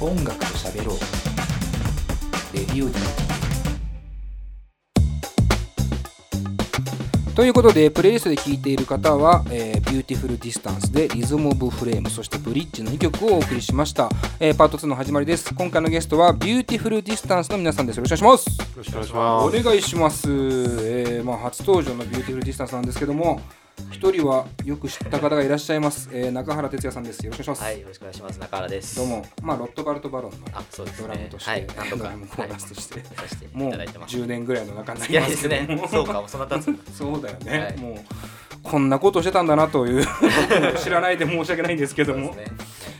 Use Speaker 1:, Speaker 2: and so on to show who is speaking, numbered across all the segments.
Speaker 1: 音楽と喋ろうレディオ D ということでプレイリストで聴いている方は「えー、Beautiful Distance」で「リズム・オブ・フレーム」そして「ブリッジ」の2曲をお送りしました、えーパート2の始まりです今回のゲストは「Beautiful Distance」の皆さんですよろしくお願いします
Speaker 2: ろしくお願いしま
Speaker 1: お願いします、えーまあ、初登場の「ビューティフルディスタンス」なんですけども一人はよく知った方がいらっしゃいます、えー中原哲也さんですよろしくお願いします、
Speaker 3: はい、よろしくお願いします。中原です。
Speaker 1: どう。も、まあ、ロットバルト・バロンの
Speaker 3: あ、そうです
Speaker 1: ド
Speaker 3: ね。
Speaker 1: ラムとして、
Speaker 3: はい、なんと
Speaker 1: ド
Speaker 3: か。
Speaker 1: ラムコーラスとして、
Speaker 3: はい、させてい
Speaker 1: もう
Speaker 3: ただいてます。
Speaker 1: 10年ぐらいの中にないり
Speaker 3: や
Speaker 1: ま
Speaker 3: ですす
Speaker 1: けど
Speaker 3: ね。そうか、そんな経つの。
Speaker 1: そうだよね、
Speaker 3: はい
Speaker 1: もうこんなことしてたんだなという 知らないで申し訳ないんですけども、
Speaker 3: そうですね。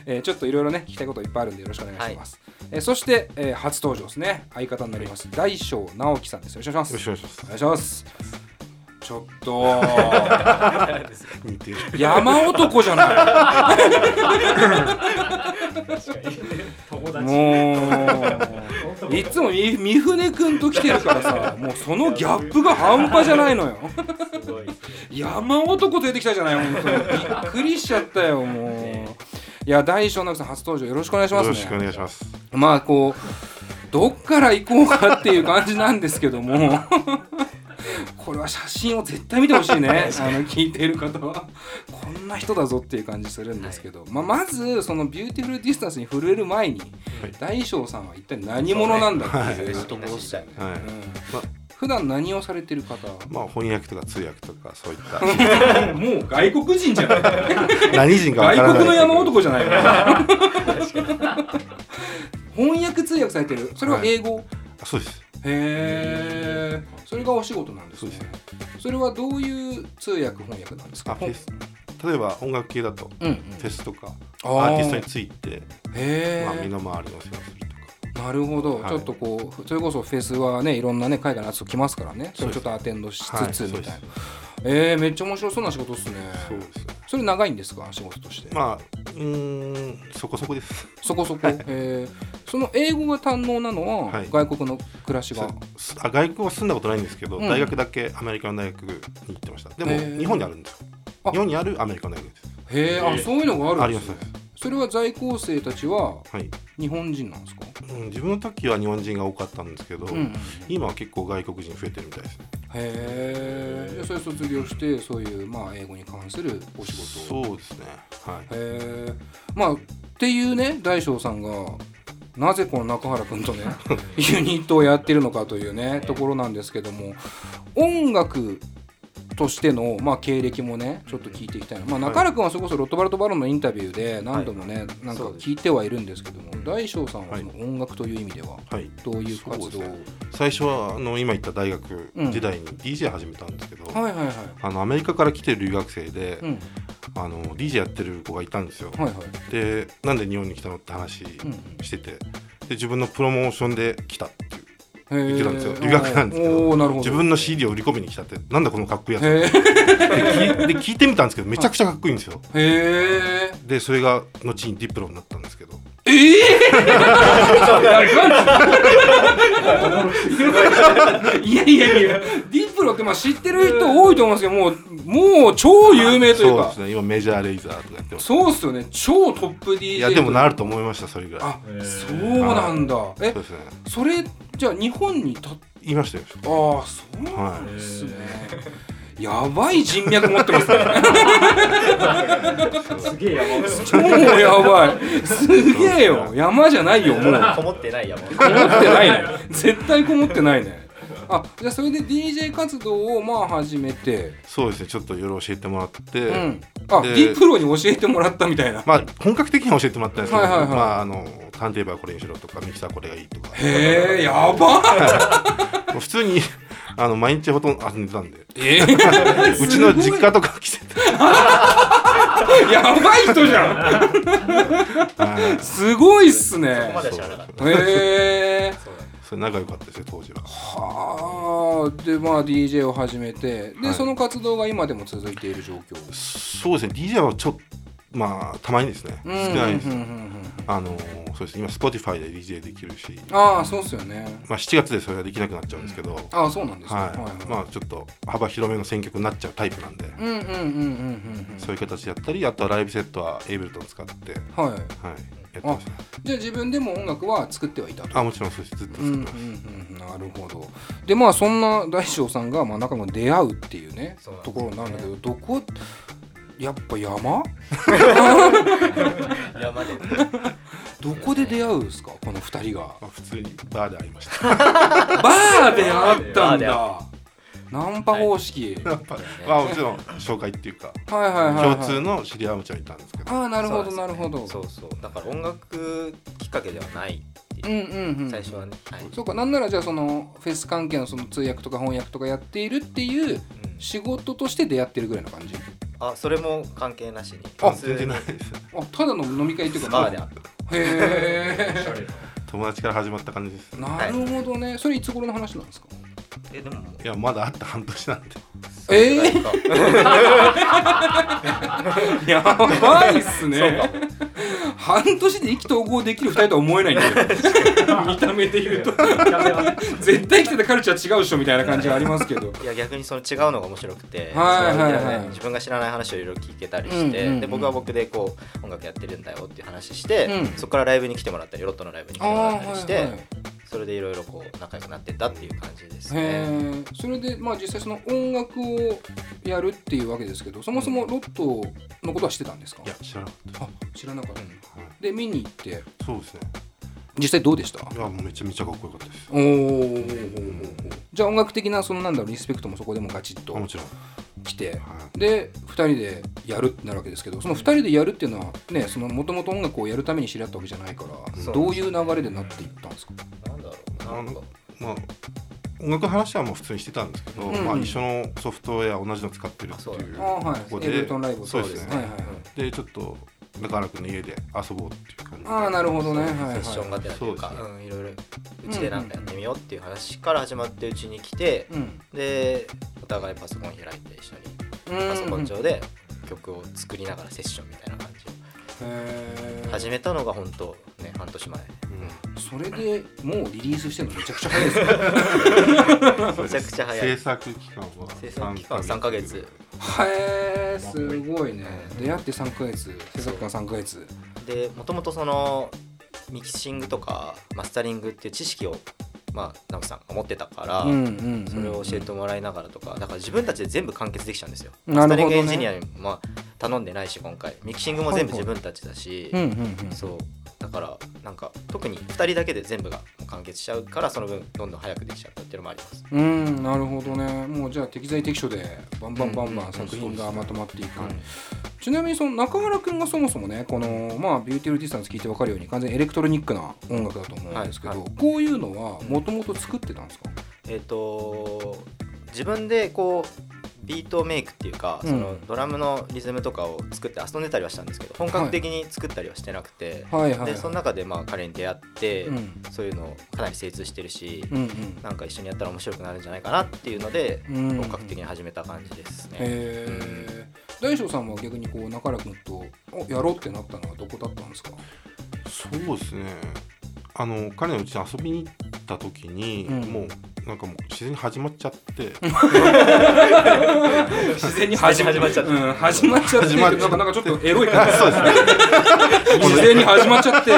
Speaker 1: えーちょっといろいろね聞きたいこといっぱいあるんでよろしくお願いします、えーそして、えー初登場ですね相方になります大将直樹さんですよろしくお願いします
Speaker 2: よろしくお願
Speaker 1: お願い
Speaker 2: いします
Speaker 1: しますちょっと
Speaker 2: 似てる
Speaker 1: 山男じゃないもういつもみ三船君と来てるからさもうそのギャップが半端じゃないのよ
Speaker 3: すごい。
Speaker 1: 山男出てきたじゃない本当にびっくりしちゃったよもういや大将直樹さん初登場よろしくお願いし
Speaker 2: よ
Speaker 1: ますね
Speaker 2: ろしくお願いします
Speaker 1: まあこうどっから行こうかっていう感じなんですけども これは写真を絶対見てほしいねあの聞いている方はこんな人だぞっていう感じするんですけど、まあ、まずその「ビューティフル・ディスタンス」に震える前に、
Speaker 2: はい
Speaker 1: 大将さんは一体何者なんだって
Speaker 3: そう
Speaker 1: い
Speaker 3: ね
Speaker 1: うとこ
Speaker 3: はい
Speaker 1: ろですよね、
Speaker 2: はい
Speaker 1: うん普段何をされてる方
Speaker 2: まあ翻訳とか通訳とかそういっ
Speaker 1: もう外国人じ ゃない
Speaker 2: た何人かわから
Speaker 1: 外国
Speaker 2: ない
Speaker 1: の山男じゃないよ 翻訳通訳されてるそれは英語、
Speaker 2: あそうです
Speaker 1: へえそれがお仕事なんですね
Speaker 2: そうで
Speaker 1: それはどういう通訳翻訳なんです
Speaker 2: あ
Speaker 1: か
Speaker 2: フェス例えば音楽系だと
Speaker 1: うんうん
Speaker 2: フェスとか
Speaker 1: あ
Speaker 2: アーティスト
Speaker 1: へ
Speaker 2: についてまあ身
Speaker 1: え
Speaker 2: の回りのお世話するとか
Speaker 1: なるほど、
Speaker 2: はい
Speaker 1: ちょっとこうそれこそフェスはねいろんなね海外のアーティスト来ますからねそれちょっとアテンドし
Speaker 2: はい
Speaker 1: つつみたいな、
Speaker 2: そうです
Speaker 1: えー、めっちゃ面白そうな仕事っすね
Speaker 2: そうですね
Speaker 1: それ長いんですか仕事として、
Speaker 2: まあうーんそこそこです
Speaker 1: そこそこ、えーその英語が堪能なのは、
Speaker 2: はい
Speaker 1: 外国の暮らしが
Speaker 2: すあ外国は住んだことないんですけど
Speaker 1: うん
Speaker 2: 大学だけアメリカの大学に行ってましたで
Speaker 1: へ
Speaker 2: も
Speaker 1: ー
Speaker 2: 日本にあるんですよ
Speaker 1: あ
Speaker 2: 日本にあるアメリカの大学です
Speaker 1: へえあそういうのがあ
Speaker 2: あ
Speaker 1: る
Speaker 2: り
Speaker 1: んです
Speaker 2: ま
Speaker 1: す
Speaker 2: ね
Speaker 1: ねそれは在校生たちは
Speaker 2: はい
Speaker 1: 日本人なんですか、
Speaker 2: うん自分の時は日本人が多かったんですけど
Speaker 1: うんうん
Speaker 2: 今は結構外国人増えてるみたいですね
Speaker 1: へえ。でそれ卒業してそういうまあ英語に関するお仕事を。へ
Speaker 2: そうですねはい
Speaker 1: え。まあっていうね大将さんが。なぜこの中原君と ねユニットをやってるのかというねところなんですけども音楽としての、まあ、経歴もねちょっと聞いていきたいな、まあ、中原君はそれこそロットバルト・バロンのインタビューで何度もね、なんか
Speaker 3: そうです
Speaker 1: 聞いてはいるんですけども大将さんは
Speaker 2: はい
Speaker 1: その音楽という意味では
Speaker 2: はい
Speaker 1: どういう活動
Speaker 2: そう
Speaker 1: を、
Speaker 2: ですね最初はあの今言った大学時代に DJ 始めたんですけど、
Speaker 1: はいはいはい、
Speaker 2: あのアメリカから来てる留学生で、
Speaker 1: うん、
Speaker 2: あの DJ やってる子がいたんですよ、
Speaker 1: はいはい、
Speaker 2: でなんで日本に来たのって話
Speaker 1: うん
Speaker 2: してて、で自分のプロモーションで来たっていう
Speaker 1: 言
Speaker 2: 言ってたんですよ留学なんですけど
Speaker 1: おーなるほど
Speaker 2: 自分の CD を売り込みに来たってなんだこのかっこいいやつ
Speaker 1: へ
Speaker 2: で聞いで聞いてみたんですけどめちゃくちゃかっこいいんですよ
Speaker 1: えへー
Speaker 2: でそれが後にディプロになったんですけど
Speaker 1: えー、 いやいやいやディプロってまあ知ってる人多いと思うんですけどもうもう超有名という
Speaker 2: そうで
Speaker 1: か
Speaker 2: すね今メジャーレイザーとかやってます
Speaker 1: そうっすよね超トップ DJ
Speaker 2: いやでもな
Speaker 1: る
Speaker 2: ると思いましたそれぐらい
Speaker 1: あそうなんだえ
Speaker 2: そうですね
Speaker 1: それじゃあ日本にた
Speaker 2: 言いましたよ
Speaker 1: ああそうなんですね、やばい人脈持ってますね
Speaker 4: すげえやばい。
Speaker 1: 超やばいすげえよ山じゃないよもう
Speaker 3: こもってないやもん。
Speaker 1: こもってないね絶対こもってないねあじゃあそれで DJ 活動をまあ始めて、
Speaker 2: そうですねちょっといろいろ教えてもらって、
Speaker 1: うん、あ
Speaker 2: で
Speaker 1: D プロに教えてもらったみたいな
Speaker 2: まあ本格的には教えてもらったんですけど、
Speaker 1: はいはいはい
Speaker 2: まああのターンテーブルはこれにしろとかミキサーこれがいいとか
Speaker 1: へえやば
Speaker 2: もう普通に あの毎日ほとんど遊んでたんで
Speaker 1: え
Speaker 2: うちの実家とか来て
Speaker 1: やばい人じゃん
Speaker 2: た、はい、
Speaker 1: すごいっすね
Speaker 3: ここまでは知らなかった。
Speaker 1: へえ
Speaker 3: そうなん
Speaker 2: それ仲良かったですよ当時は
Speaker 1: はあでまあ DJ を始めてで、
Speaker 2: はい
Speaker 1: その活動が今でも続いている状況
Speaker 2: そうですね DJ はちょっまあたまにですね少
Speaker 1: うんうん
Speaker 2: ないです、
Speaker 1: うんうんうん
Speaker 2: あのそうです今 Spotify で DJ できるし、
Speaker 1: ああそうっすよね
Speaker 2: まあ、7月でそれはできなくなっちゃうんですけど、はい
Speaker 1: ああそうなんですね
Speaker 2: まあ、ちょっと幅広めの選曲になっちゃうタイプなんで、
Speaker 1: うんうんうんうんうんうん
Speaker 2: そういう形やったりあとはライブセットはエイブルトン使って、はい、
Speaker 1: はい
Speaker 2: やってましたね
Speaker 1: じゃあ自分でも音楽は作ってはいたと
Speaker 2: あもちろんそうですずっと
Speaker 1: うん
Speaker 2: 作
Speaker 1: う
Speaker 2: っ
Speaker 1: んう
Speaker 2: て
Speaker 1: ん
Speaker 2: ま
Speaker 1: うんな
Speaker 2: す、
Speaker 1: るほどでまあそんな大将さんがまあ中野出会うっていうね
Speaker 3: そうなんです
Speaker 1: と
Speaker 3: よ
Speaker 1: こ
Speaker 3: ね
Speaker 1: ろなんだけどどこやっぱ山
Speaker 3: 山 で
Speaker 1: どこで出会うんですかこの二人が
Speaker 2: まあ、普通にバーで会いました
Speaker 1: バーで会ったんだナンパ方式
Speaker 2: やっぱま あもちろん紹介っていうか
Speaker 1: はいはいはいはい
Speaker 2: 共通の知り合いもちろんいたんですけど
Speaker 1: ああなるほど
Speaker 3: そう
Speaker 1: なんる
Speaker 3: で
Speaker 1: ほ
Speaker 3: すよね
Speaker 1: ど
Speaker 3: そうそうだから音楽きっかけではない
Speaker 1: うんうんうん
Speaker 3: 最初はねはい
Speaker 1: そうかなんならじゃあそのフェス関係のその通訳とか翻訳とかやっているっていう
Speaker 3: うん
Speaker 1: 仕事として出会ってるぐらいの感じ
Speaker 3: あそれも関係なしに
Speaker 1: あ
Speaker 3: 普通に
Speaker 2: 全然ないです
Speaker 1: あただの飲み会っていうか
Speaker 3: バーであ
Speaker 1: へ
Speaker 3: った
Speaker 1: え
Speaker 2: 友達から始まった感じです
Speaker 1: なるほどねそれいつ頃の話なんですか
Speaker 3: えでも
Speaker 2: いやまだ会った半年なんで
Speaker 1: えー
Speaker 3: そうか
Speaker 1: やばいっすね半年で意気投合できる2人とは思えないんだよ見た目で言うと絶対生きてたカルチャー違うっしょみたいな感じがありますけど
Speaker 3: いや逆にその違うのが面白くて、
Speaker 1: はいはいはい
Speaker 3: そのね自分が知らない話をいろいろ聞けたりして、
Speaker 1: うんうんうん
Speaker 3: で僕は僕でこう音楽やってるんだよっていう話して、
Speaker 1: うん
Speaker 3: そこからライブに来てもらったりロットのライブに来てもらったりして、それでいろいろこう仲良くなってったっていう感じですね。
Speaker 1: へえそれでまあ実際その音楽をやるっていうわけですけどそもそもロットのことはしてたんですか
Speaker 2: いや知らなかっ
Speaker 1: あ知らなかった、
Speaker 3: う
Speaker 2: はい
Speaker 1: で見に行って
Speaker 2: たそうですね
Speaker 1: 実際どうでした
Speaker 2: いやもうめちゃめちゃかっこよかったです
Speaker 1: おおじゃあ音楽的なそのなんだろうリスペクトもそこでもガチッ
Speaker 2: あ
Speaker 1: と
Speaker 2: もちろん、
Speaker 1: 来て
Speaker 2: は
Speaker 1: で2人でやるってなるわけですけどその2人でやるっていうのはねもともと音楽をやるために知り合ったわけじゃないから
Speaker 3: そう
Speaker 1: どういう流れでなっていったんですか
Speaker 3: なんだろうななんか
Speaker 2: い、まあ音楽の話はもう普通にしてたんですけど、
Speaker 1: うんうん
Speaker 2: まあ、一緒のソフトウェア同じの使ってるって
Speaker 3: あそうだ
Speaker 2: いう
Speaker 3: ね
Speaker 1: ああはい
Speaker 2: とこ
Speaker 1: エブルトンライブ
Speaker 2: そうです
Speaker 1: はい
Speaker 2: ね
Speaker 1: はいはい
Speaker 2: でちょっと中原君の家で遊ぼうっていう感じで
Speaker 1: ああなるほどねはいは
Speaker 3: セ
Speaker 1: い
Speaker 3: ッションがてらっていうか、
Speaker 2: そう
Speaker 3: うんいろいろうちでなんかやってみようっていう話から始まってうちに来て、
Speaker 1: うん
Speaker 3: でお互いパソコン開いて一緒にパソコン上で曲を作りながらセッションみたいな感じを
Speaker 1: へー
Speaker 3: 始めたのが本当ね半年前
Speaker 1: それでもうリリースしてるのめちゃくちゃ早いですね
Speaker 2: うん
Speaker 3: めちゃくちゃ早い
Speaker 2: 制作期間は
Speaker 3: 制作期間
Speaker 2: 3
Speaker 3: 3ヶ月
Speaker 1: へえすごいね出会って3ヶ月制作が3ヶ月
Speaker 3: でもともとそのミキシングとかマスタリングっていう知識をまあ直樹さんが持ってたから、
Speaker 1: うんうんうんうん
Speaker 3: それを教えてもらいながらとかだから自分たちで全部完結できちゃうんですよ
Speaker 1: な
Speaker 3: マ
Speaker 1: る
Speaker 3: スタリ
Speaker 1: ほど
Speaker 3: ン
Speaker 1: ね
Speaker 3: グエンジニアにも、まあ、頼んでないし今回ミキシングも全部自分たちだし、
Speaker 1: うんうんうん
Speaker 3: そうだからなんか特に2人だけで全部がもう完結しちゃうからその分どんどん早くできちゃったっていうのもあります
Speaker 1: うんなるほどねもうじゃあ適材適所でバンバンバンバン作品がまとまっていく、ちなみにその中村君がそもそもねこの、まあ、ビューティフルディスタンス聞いて分かるように完全にエレクトロニックな音楽だと思うんですけど、
Speaker 3: はいは
Speaker 1: こういうのはもともと作ってたんですか、
Speaker 3: えっ、と自分でこうビートメイクっていうか、
Speaker 1: うん
Speaker 3: そのドラムのリズムとかを作って遊んでたりはしたんですけど本格的に作ったりはしてなくて、
Speaker 1: はいはいはい
Speaker 3: でその中でまあ彼に出会って、
Speaker 1: うん
Speaker 3: そういうのかなり精通してるし、
Speaker 1: うんうん
Speaker 3: なんか一緒にやったら面白くなるんじゃないかなっていうので、
Speaker 1: うん
Speaker 3: 本格的に始めた感じですね。
Speaker 1: えー大将さんは逆にこう中原君とおやろうってなったのはどこだったんですか、
Speaker 2: そうですねあの彼のうちに遊びに行った時に、
Speaker 1: うん
Speaker 2: もうなんかもう自然に始まっちゃって
Speaker 1: 自然に
Speaker 3: 始ま始まっちゃった
Speaker 1: うん、始まっちゃって
Speaker 2: 始まっ
Speaker 1: なん
Speaker 2: ちゃって
Speaker 1: かなんかちょっとエロい感
Speaker 2: そうですね
Speaker 1: じ自然に始まっちゃって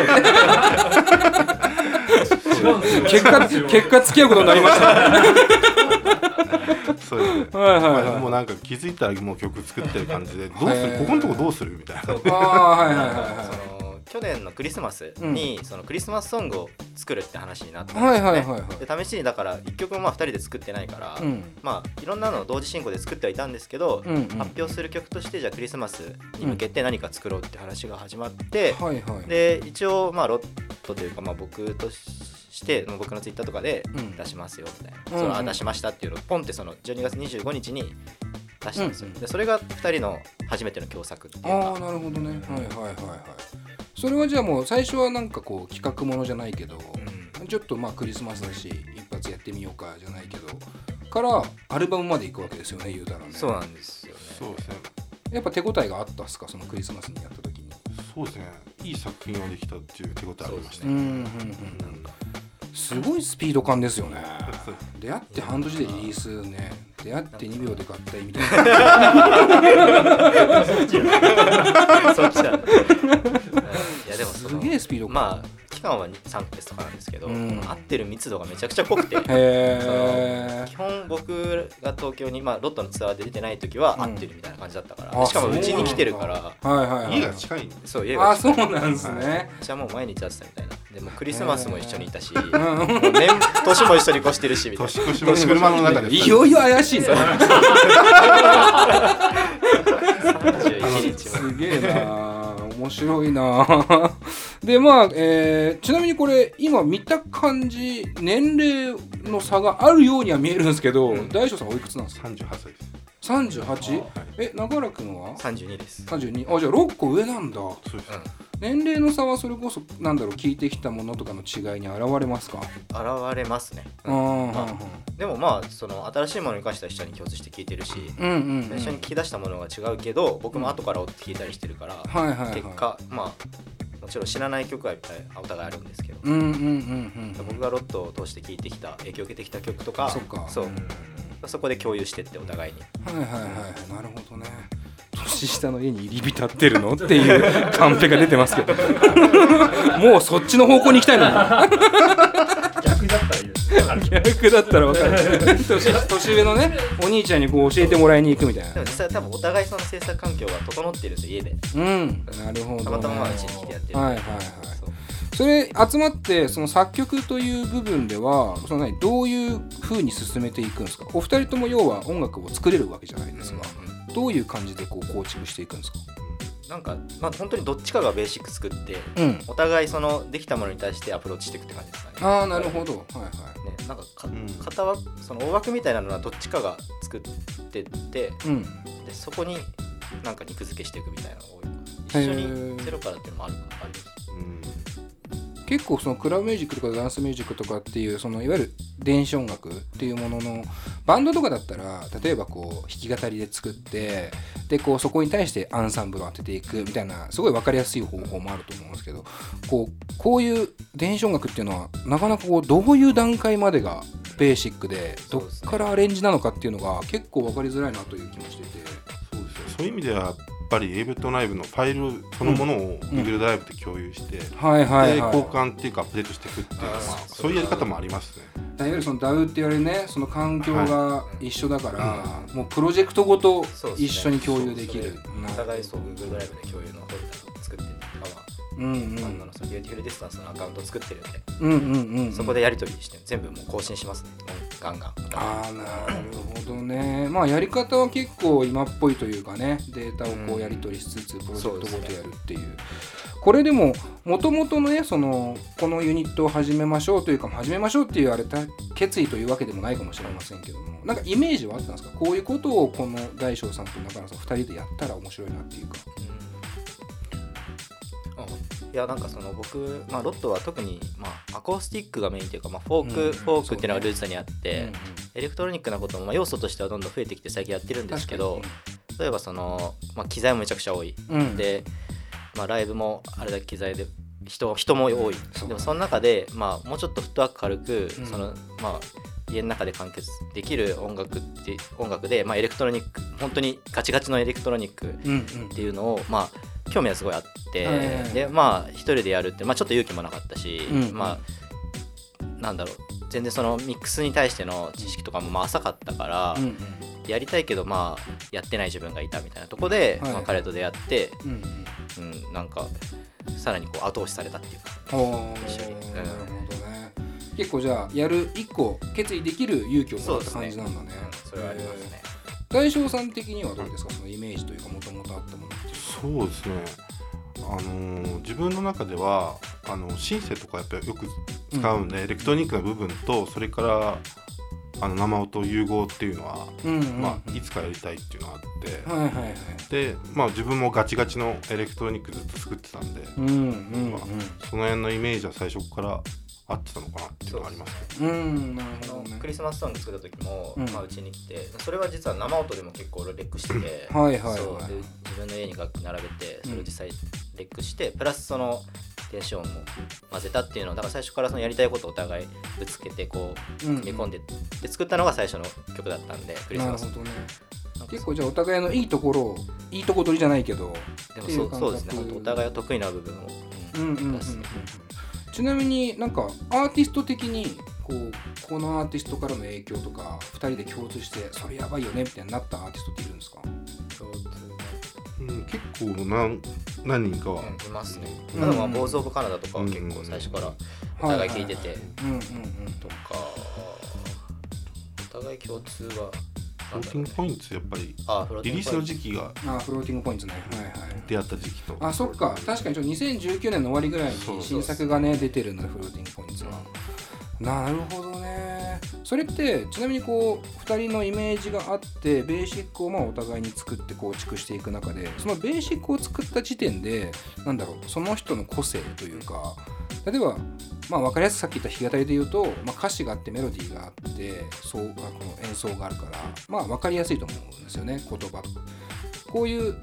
Speaker 1: 結果結果付き合うことになりましたね
Speaker 2: そうですね
Speaker 1: はいはい
Speaker 2: まあもうなんか気づいたらもう曲作ってる感じでどうす
Speaker 1: へ
Speaker 2: る
Speaker 1: ー
Speaker 2: ここのとこどうするみたいな
Speaker 1: ああはいはいはいはい
Speaker 3: その去年のクリスマスに、そのクリスマスソングを作るって話になったんですよ
Speaker 1: はいは
Speaker 3: ね、
Speaker 1: いはいは
Speaker 3: で試しにだから1曲もまあ2人で作ってないか
Speaker 1: い。
Speaker 3: ら、
Speaker 1: うん。
Speaker 3: まあいろんなのを同時進行で作ってはいたんですけど、
Speaker 1: うんうん
Speaker 3: 発表する曲としてじゃあクリスマスに向けて何か作ろうって話が始まって、
Speaker 1: はいはい。
Speaker 3: で一応まあロットというかまあ僕として僕のツイッターとかで
Speaker 1: うん
Speaker 3: 出しますよみたい
Speaker 1: うん
Speaker 3: な、
Speaker 1: うん
Speaker 3: そのあ出しましたっていうのをポンってその12月25日に出したんですよ、
Speaker 1: うん
Speaker 3: でそれが2人の初めての共作っていう
Speaker 1: ああ
Speaker 3: か
Speaker 1: なるほどね。はいはいはいはい。それはじゃあもう最初はなんかこう企画ものじゃないけど、
Speaker 3: うん
Speaker 1: ちょっとまあクリスマスだし一発やってみようかじゃないけど。からアルバムまで行くわけですよね言うたらね
Speaker 3: そうなんですよね
Speaker 2: そうですね
Speaker 1: やっぱ手応えがあったっすかそのクリスマスにやった時
Speaker 2: そうですねいい作品ができたっていう手応えありました
Speaker 1: うんうんうんすごいスピード感ですよね出会って半年でリリースね出会って2秒で合体みたいな
Speaker 3: そっちだねいやでもそ
Speaker 1: す
Speaker 3: の
Speaker 1: げえスピード感
Speaker 3: まあ期間は3ヶ月とかなんですけど、
Speaker 1: うん
Speaker 3: 合ってる密度がめちゃくちゃ 濃くて
Speaker 1: へえ
Speaker 3: 基本僕が東京に、まあ、ロットのツアーで出てない時は
Speaker 1: うん
Speaker 3: 合ってるみたいな感じだったから、
Speaker 1: あ
Speaker 3: しかもうちに来てるから
Speaker 1: はいはいはい
Speaker 2: 家が近いんです
Speaker 3: そう家が
Speaker 1: あそうなんですね
Speaker 3: じゃあもう毎日会ってたみたいなでもうクリスマスも一緒にいたし、も
Speaker 1: うん
Speaker 3: う年年も一緒に越してるしみたいな
Speaker 2: 年越しも車の中で
Speaker 1: いよいよ怪しいね
Speaker 3: 31日も
Speaker 1: すげえな面白いな でまあ、えーちなみにこれ今見た感じ年齢の差があるようには見えるんですけど、
Speaker 3: うん
Speaker 1: 大将さんおいくつなんですか
Speaker 2: 38歳です
Speaker 1: 38?
Speaker 2: はい
Speaker 1: え中原君は
Speaker 3: 32です、
Speaker 1: 32あじゃあ6個上なんだ
Speaker 2: そうです、
Speaker 1: 年齢の差はそれこそなんだろう聞いてきたものとかの違いに現れますか、
Speaker 3: うん、現れますね、
Speaker 1: う
Speaker 3: うん
Speaker 1: ん、
Speaker 3: まあでもまあその新しいものに関しては一緒に共通して聞いてるし、
Speaker 1: うんうんうん
Speaker 3: 最初に聞き出したものが違うけど僕も後から追って聞いたりしてるから、
Speaker 1: はいはいはい
Speaker 3: 結果まあもちろん知らない曲はいっぱいお互いあるんですけど、
Speaker 1: うんうんうんうん
Speaker 3: 僕がロットを通して聴いてきた影響を受けてきた曲とか
Speaker 1: そっか
Speaker 3: そううんそこで共有してってお互いに
Speaker 1: はいはいはいなるほどね年下の家に入り浸ってるのっていうカンペが出てますけど もうそっちの方向に行きたいのに
Speaker 4: 逆だったらいいです。あの
Speaker 1: 逆だったら分かる年年上のねお兄ちゃんにこう教えてもらいに行くみたい
Speaker 3: で
Speaker 1: な
Speaker 3: も実際多分お互いその制作環境が整ってるんですよ家で
Speaker 1: うんなるほどね
Speaker 3: たまたまうちに来てやってる
Speaker 1: はいはいはい
Speaker 3: そう
Speaker 1: それ集まってその作曲という部分ではその何どういう風に進めていくんですかお二人とも要は音楽を作れるわけじゃないですか、
Speaker 3: う
Speaker 1: どういう感じでこう構築していくんですか
Speaker 3: んなんかまあ本当にどっちかがベーシック作って
Speaker 1: うん
Speaker 3: お互いそのできたものに対してアプローチしていくって感じですかね
Speaker 1: ああなるほどはいはい
Speaker 3: ねなんかか、
Speaker 2: うん
Speaker 3: 片枠その大枠みたいなのはどっちかが作ってって
Speaker 1: うん
Speaker 3: でそこになんか肉付けしていくみたいなのが多いか
Speaker 1: へ
Speaker 3: な
Speaker 1: ー
Speaker 3: 一緒にゼロからっていうのもあるかある
Speaker 2: うん
Speaker 1: 結構そのクラブミュージックとかダンスミュージックとかっていうそのいわゆる電子音楽っていうもののバンドとかだったら例えばこう弾き語りで作ってでこうそこに対してアンサンブルを当てていくみたいなすごい分かりやすい方法もあると思うんですけどこうこういう電子音楽っていうのはなかなかこうどういう段階までがベーシックでどっからアレンジなのかっていうのが結構分かりづらいなという気もしていて。
Speaker 2: そうですねそういう意味ではやっぱりエイブとナイブのファイルそのものを Google ドライブで共有して、
Speaker 1: はいはい
Speaker 2: で
Speaker 1: はい、
Speaker 2: 交換っていうかアップデートしていくっていうのは
Speaker 3: あー
Speaker 2: そういうやり方もありますね。
Speaker 1: いわゆるその DAW って言われるねその環境が
Speaker 3: はい
Speaker 1: 一緒だから、もうプロジェクトごと
Speaker 3: そうですね
Speaker 1: 一緒に共有できる
Speaker 3: そうそれお互いそう Google ドライブで共有のフォルダを作ってるとかは、
Speaker 1: うんうん
Speaker 3: あんなのそのビューティフルディスタンスのアカウント作ってるんで、
Speaker 1: うんうんうんうん
Speaker 3: そこでやり取りして全部もう更新しますねガンガン
Speaker 1: ああなるほどねまあやり方は結構今っぽいというかねデータをこ
Speaker 3: う
Speaker 1: うんやり取りしつつプロジェクト
Speaker 3: そ
Speaker 1: ご
Speaker 3: うで
Speaker 1: と
Speaker 3: すね
Speaker 1: やるっていうこれでももともとねそのこのユニットを始めましょうというか始めましょうっていうあれた決意というわけでもないかもしれませんけどもなんかイメージはあったんですかこういうことをこの大将さんと中原さん2人でやったら面白いなっていうか。
Speaker 3: うんいやなんかその僕、まあ、ロットは特に、まあ、アコースティックがメインというか、まあ、フォーク、
Speaker 1: うん
Speaker 3: フォークっていうのがルーツにあって、
Speaker 1: うんうん
Speaker 3: エレクトロニックなことも、まあ、要素としてはどんどん増えてきて最近やってるんですけど例えばその、まあ、機材もめちゃくちゃ多い、
Speaker 1: うん
Speaker 3: で、まあ、ライブもあれだけ機材で人人も多い
Speaker 1: そう
Speaker 3: でもその中で、まあ、もうちょっとフットワーク軽く、
Speaker 1: うん
Speaker 3: そのまあ、家の中で完結できる音楽って音楽で、まあ、エレクトロニック本当にガチガチのエレクトロニック
Speaker 1: うんうん
Speaker 3: っていうのを、まあ、興味はすごいあって、
Speaker 1: はいはいはい
Speaker 3: でまあ一人でやるって、まあ、ちょっと勇気もなかったし、
Speaker 1: うん
Speaker 3: まあなんだろう全然そのミックスに対しての知識とかもまあ浅かったから、
Speaker 1: うんうん
Speaker 3: やりたいけどまあやってない自分がいたみたいなとこで、
Speaker 1: はい
Speaker 3: まあ、彼と出会って、
Speaker 1: うんうん
Speaker 3: うん、なんかさらにこう後押しされたっていうか
Speaker 1: ほー
Speaker 3: 一緒にうん
Speaker 1: なるほどね結構じゃあやる一個決意できる勇気をもらった感じなんだね
Speaker 3: うんそれはありますね。
Speaker 1: えー大将さん的にはどうですかそのイメージというかもともとあったもの
Speaker 2: そうですね。あのー自分の中ではあのシンセとかやっぱりよく使うんで、エレクトロニックな部分とそれからあの生音融合っていうのは、
Speaker 1: うんうん
Speaker 2: まあ、いつかやりたいっていうのがあって。
Speaker 1: はいはいはい
Speaker 2: でまあ、自分もガチガチのエレクトロニックずっと作ってたんで、
Speaker 1: うんうんうん
Speaker 2: その辺のイメージは最初から合ってたのかなっていうのはありますけ
Speaker 1: うんなる
Speaker 3: あ
Speaker 1: ほど
Speaker 3: の
Speaker 1: ね
Speaker 3: クリスマスソング作った時も、
Speaker 1: うん
Speaker 3: まあ、うちに来てそれは実は生音でも結構俺レックしてて
Speaker 1: はいはいはい
Speaker 3: そうで自分の家に楽器並べてそれを実際レックして、プラスその低音も混ぜたっていうのをだから最初からそのやりたいことをお互いぶつけてこう
Speaker 1: うん
Speaker 3: 組み込んで,、で作ったのが最初の曲だったんでクリス
Speaker 1: なる
Speaker 3: マス
Speaker 1: ほどね
Speaker 3: なんか
Speaker 1: 結構じゃあお互いのいいところをいいとこ取りじゃないけど
Speaker 3: で
Speaker 1: っていう
Speaker 3: もそ
Speaker 1: 感
Speaker 3: うそうですね
Speaker 1: 覚
Speaker 3: 本当お互いが得意な部分を、
Speaker 1: うんうんうんうん
Speaker 3: 出す
Speaker 1: ちなみになんかアーティスト的にこうこのアーティストからの影響とか2人で共通してそれやばいよねみたいになったアーティストっているんですか
Speaker 2: ど、うん、結構何何人かは、
Speaker 3: うんいますね、
Speaker 1: うん
Speaker 3: まあでもまあ「ボーズ・オブ・カナダ」とかは結構最初からお互い聴いてて、
Speaker 1: はははうんうん
Speaker 3: とかお互い共通は
Speaker 2: フ
Speaker 3: な
Speaker 2: ローティン
Speaker 3: んだろうね
Speaker 2: グポイントやっぱり
Speaker 3: あフローテ
Speaker 2: リ
Speaker 3: ィン
Speaker 2: リ
Speaker 3: グ
Speaker 2: ース
Speaker 3: ポイン
Speaker 2: の
Speaker 3: ト
Speaker 2: 時期が
Speaker 1: うんあフローティングポイントねはいはい
Speaker 2: 出会った時期と
Speaker 1: あそっか確かにちょっと2019年の終わりぐらいに新作がね出てるんだフローティングポイントはなるほどねそれってちなみにこう2人のイメージがあってベーシックをまあお互いに作って構築していく中でそのベーシックを作った時点でなんだろうその人の個性というか例えばまあ分かりやすくさっき言った弾き語りで言うと、まあ、歌詞があってメロディーがあってそうあこの演奏があるからまあ分かりやすいと思うんですよね言葉こういう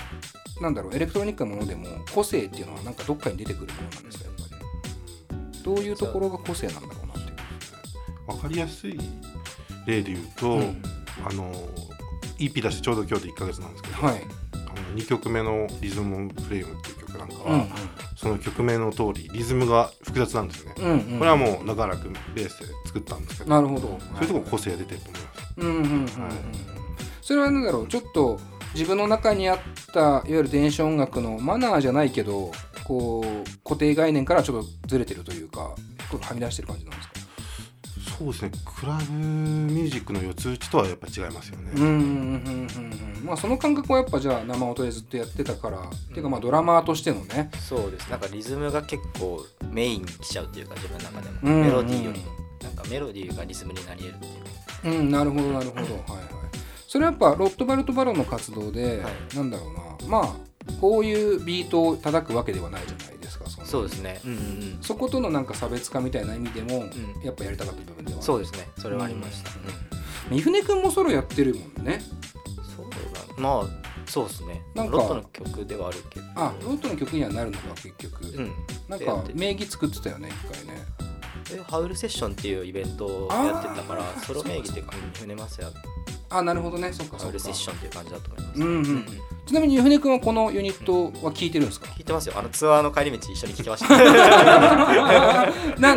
Speaker 1: なんだろうエレクトロニックなものでも個性っていうのはなんかどっかに出てくるものなんですかやっぱりどういうところが個性なんだろうなっていう
Speaker 2: 分かりやすい例で言うと、
Speaker 1: うん
Speaker 2: あの EP 出してちょうど今日で1ヶ月なんですけど、
Speaker 1: はい
Speaker 2: あの2曲目の「リズム・フレーム」っていう曲なんか
Speaker 1: うん
Speaker 2: は、その曲名の通りリズムが複雑なんですよね、
Speaker 1: うんうんうん
Speaker 2: これはもう長らくベースで作ったんですけど
Speaker 1: なるほど
Speaker 2: そういうところ個性が出てると思います、
Speaker 1: うんうんうんうんうん
Speaker 2: はい
Speaker 1: それはなんだろうちょっと自分の中にあったいわゆる電子音楽のマナーじゃないけどこう固定概念からちょっとずれてるというかちょっとはみ出してる感じなんですか
Speaker 2: そうですねクラブミュージックの四つ打ちとはやっぱ違いますよね、
Speaker 1: うんうんうんうんうんまあその感覚はやっぱじゃあ生音でずっとやってたから、っていうかまあドラマーとしてのね
Speaker 3: そうですなんかリズムが結構メインに来ちゃうっていうか自分の中でも、
Speaker 1: うん
Speaker 3: メロディーよりなんかメロディーがリズムになり得るっていうか
Speaker 1: うん、なるほどなるほど、はいはい。それはやっぱロットバルト・バロンの活動で、
Speaker 3: はい
Speaker 1: なんだろうな、まあこういうビートを叩くわけではないじゃないですか。そんな
Speaker 3: そうですねうんうんうん
Speaker 1: そことのなんか差別化みたいな意味でも、
Speaker 3: ん
Speaker 1: やっぱやりたかった部分ではある。。
Speaker 3: そううですねそれはありました、
Speaker 1: うん三船君もソロやってるもんね。
Speaker 3: うんそうだまあそうですね
Speaker 1: なんか
Speaker 3: ロットの曲ではあるけど
Speaker 1: あ、ロットの曲にはなるのか結局。
Speaker 3: うん
Speaker 1: なん
Speaker 3: やっ
Speaker 1: か
Speaker 3: てて
Speaker 1: 名義作ってたよね一回ね。
Speaker 3: でハウルセッションっていうイベントをやってたから
Speaker 1: あー
Speaker 3: ソロ名義っていうかうん船ますや
Speaker 1: あ、なるほどね。そっか
Speaker 3: ハ
Speaker 1: そっか。
Speaker 3: ウルセッションっていう感じだと思います、
Speaker 1: うんうん
Speaker 3: うん
Speaker 1: ちなみに三船君はこのユニットは聞いてるんですか。
Speaker 3: 聞いてますよあのツアーの帰り道一緒に聞きました な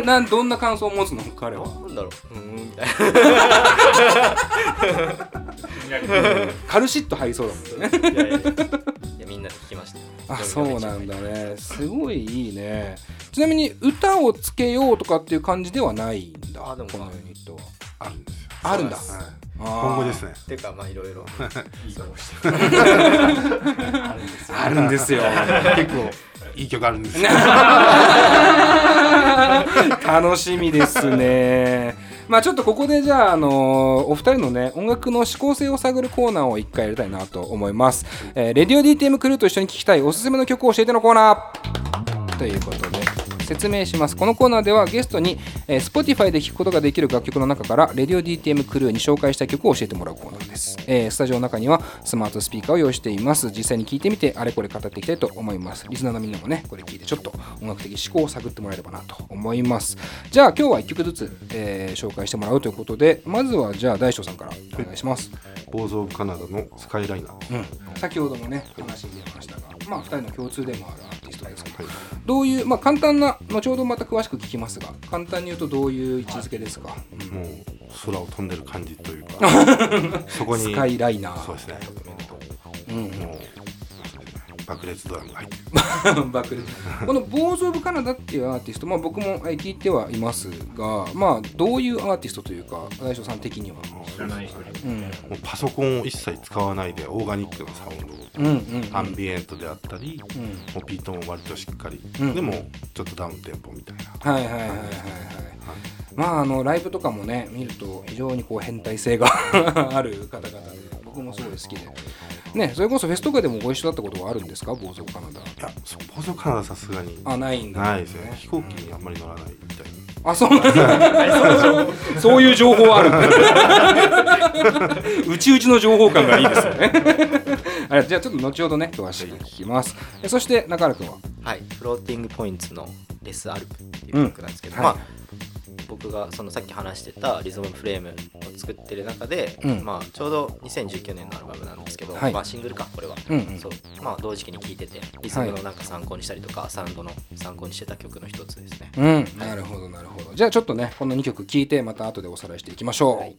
Speaker 1: な、なんどんな感想を持つの彼は。
Speaker 3: んだろううーんみたいな
Speaker 1: カルシッと入りそうだもんね。
Speaker 3: いやいやいやいやみんなで聞きましたよ
Speaker 1: あそうなんだねすごいいいねちなみに歌をつけようとかっていう感じではないんだ
Speaker 3: あでも
Speaker 1: このユニットは
Speaker 2: あるんですよ
Speaker 1: あるんだ
Speaker 3: そう
Speaker 2: はい
Speaker 1: あー
Speaker 2: 今後ですね
Speaker 3: っていうかまあいろいろ
Speaker 4: いい顔してる。あるんですよ。
Speaker 1: あるんです よ結構
Speaker 2: いい曲あるんですよ
Speaker 1: 楽しみですねまあちょっとここでじゃあ、あのーお二人のね音楽の指向性を探るコーナーを一回やりたいなと思います、えーレディオ DTM クルーと一緒に聴きたいおすすめの曲を教えてのコーナーということで説明しますこのコーナーではゲストに、えー Spotify で聴くことができる楽曲の中から「RadioDTM クルー」に紹介した曲を教えてもらうコーナーです、えースタジオの中にはスマートスピーカーを用意しています実際に聴いてみてあれこれ語っていきたいと思いますリスナーのみんなもねこれ聴いてちょっと音楽的思考を探ってもらえればなと思いますじゃあ今日は1曲ずつ、えー紹介してもらうということでまずはじゃあ大将さんからお願いします、
Speaker 2: ボーズ・オブ・カナダのスカイライナー
Speaker 1: うん、先ほどもね話に出ましたがまあ2人の共通でもあるアーティストですけどどういうまあ簡単な後ほどまた詳しく聞きますが簡単に言うとどういう位置づけですか、
Speaker 2: もう空を飛んでる感じというかそこに
Speaker 1: スカイライナー
Speaker 2: そうですね
Speaker 1: うん
Speaker 2: もう爆裂ドラムが入ってる
Speaker 1: バックでこの「ボーズ・オブ・カナダ」っていうアーティスト、まあ、僕もえ聞いてはいますがまあどういうアーティストというか大将さん的には、
Speaker 4: 知らない人に。
Speaker 1: うん、
Speaker 2: もうパソコンを一切使わないでオーガニックなサウンド
Speaker 1: うんうん
Speaker 2: アンビエントであったり、
Speaker 1: うん
Speaker 2: もうピートも割としっかり、
Speaker 1: うん
Speaker 2: でもちょっとダウンテンポみたいな
Speaker 1: はいはいはいはいはいまああのライブとかもね見ると非常にこう変態性が ある方々で僕もすごい好きでねそれこそフェスとかでもご一緒だったことはあるんですかボーズ・オブ・カナダ
Speaker 2: いやそうポーズカナダさすがに
Speaker 1: あないんだ
Speaker 2: ないですね飛行機にあんまり乗らないみたいな、
Speaker 1: あそうなんだ そういう情報あるんだ うちうちの情報感がいいですよね あれじゃあちょっと後ほどね詳しく聞きますえそして中原君は
Speaker 3: はい、フローティングポイントのレスアルプっていう曲なんですけど、
Speaker 1: うん
Speaker 3: まあ、
Speaker 1: は
Speaker 3: 僕がそのさっき話してたリズムフレームを作ってる中で、
Speaker 1: うん
Speaker 3: まあ、ちょうど2019年のアルバムなんですけど、
Speaker 1: はい
Speaker 3: まあ、シングルかこれは、
Speaker 1: うんうん
Speaker 3: そうまあ、同時期に聴いててリズムのなんか参考にしたりとか、サウンドの参考にしてた曲の一つですね。
Speaker 1: うんなるほどなるほどじゃあちょっとねこの2曲聞いてまた後でおさらいしていきましょう、
Speaker 3: はい